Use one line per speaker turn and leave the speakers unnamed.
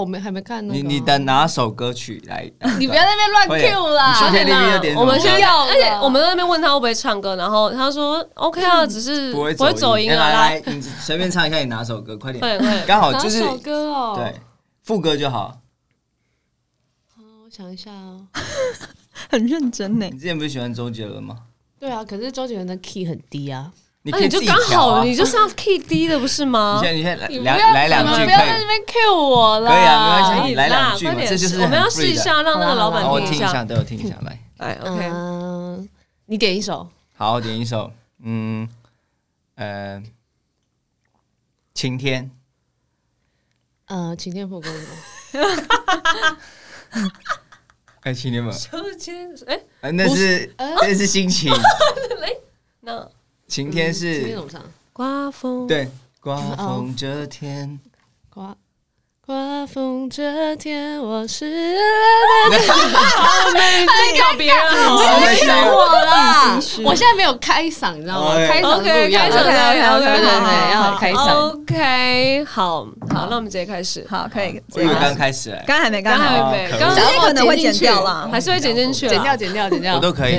我没还没看那个
你
啊、
你的哪首歌曲 来？
你不要在那边乱
快点
Q 啦！
你去 KTV 要点什
啊我
么
们
歌？
要
先要，
了
而且我们在那边问他会不会唱歌，然后他说 OK 啊，只是
不会
不会走音
音，
啊，
来
来，
来，你随便唱一下你哪首歌，快点，
对对，
刚好
哪
就是
首歌哦？
对，副歌就好。
嗯我想一下
哦
啊，
很认真呢
你。之前不是喜欢周杰伦
哎
吗？
对啊，可是周杰伦的 key 很低啊，
你
那
可以
你就
自己
刚
调啊
好，你就是要 key 低的不是
你
吗？
现在你现在
你不
来
要
来两
你
句
们
可
不要在
以
那。边 Q 我啦！
可以啊没关系你来
啦
两句嘛
快点
这就是很
我们要
free 的
试一下，让那个老板
好，我啊
听
听一
下
下，。对我听一下，来，
哎，OK，
嗯，你点一首，
好，我点一首，嗯，呃，晴天，
呃，晴天破歌舞。
哎，晴天吗？
就是今天，哎，
呃那是那是 心情，
那
晴天
嗯
晴天怎
是
么唱？
刮风，
对，刮风这天，
刮刮风这天，我是
再找别人好啊了。
哎
想我啦
自己心虚！
我现在没有开嗓，你知道吗？
哎
开嗓是不
OK，
一样
开场
的。
的
OK，OK，OK，
对对
好
对，
好
要
好
开场。
OK，好好，那我们直接开始。
好，可以。
我以为刚开始，哎
刚还没，刚
刚
还
还
没，
没，
哦
刚
小
刚
叶可能会剪掉啦，
还是会剪进去啊，
我都可以，